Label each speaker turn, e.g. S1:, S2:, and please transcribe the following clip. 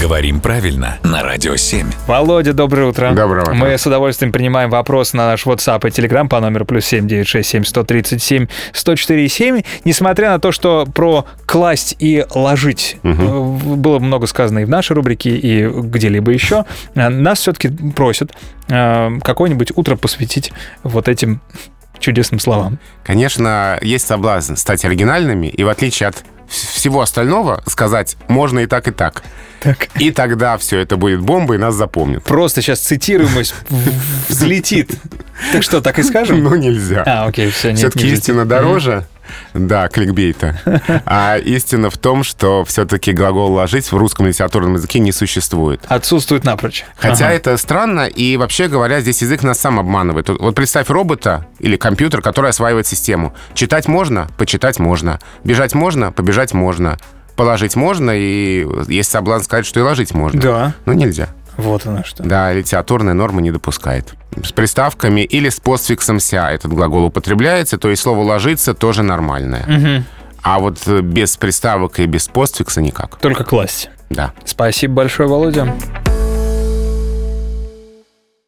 S1: Говорим правильно на Радио 7.
S2: Володя, доброе утро.
S3: Доброе утро.
S2: Мы с удовольствием принимаем вопрос на наш WhatsApp и Telegram по номеру плюс 7967 137 104,7. Несмотря на то, что про класть и ложить э, было много сказано и в нашей рубрике, и где-либо еще, э, нас все-таки просят э, какое-нибудь утро посвятить вот этим чудесным словам.
S3: Конечно, есть соблазн стать оригинальными, и в отличие от вс- всего остального, сказать можно и так, и так.
S2: Так.
S3: И тогда все это будет бомба, и нас запомнят.
S2: Просто сейчас цитируемость в- взлетит. Так что, так и скажем?
S3: Ну, нельзя.
S2: А, окей, все, нет,
S3: Все-таки
S2: не
S3: истина дороже. Да, кликбейта. А истина в том, что все-таки глагол «ложить» в русском литературном языке не существует.
S2: Отсутствует напрочь.
S3: Хотя это странно, и вообще говоря, здесь язык нас сам обманывает. Вот- Вот представь робота или компьютер, который осваивает систему. Читать можно, почитать можно. Бежать можно, побежать можно. Положить можно, и есть соблазн сказать, что и ложить можно.
S2: А, Да.
S3: Но нельзя.
S2: Вот оно что.
S3: Да, литературная норма не допускает. С приставками или с постфиксом «ся» этот глагол употребляется, то есть слово «ложиться» тоже нормальное. А вот э, без приставок и без постфикса никак.
S2: Только класть.
S3: Да.
S2: Спасибо большое, Володя.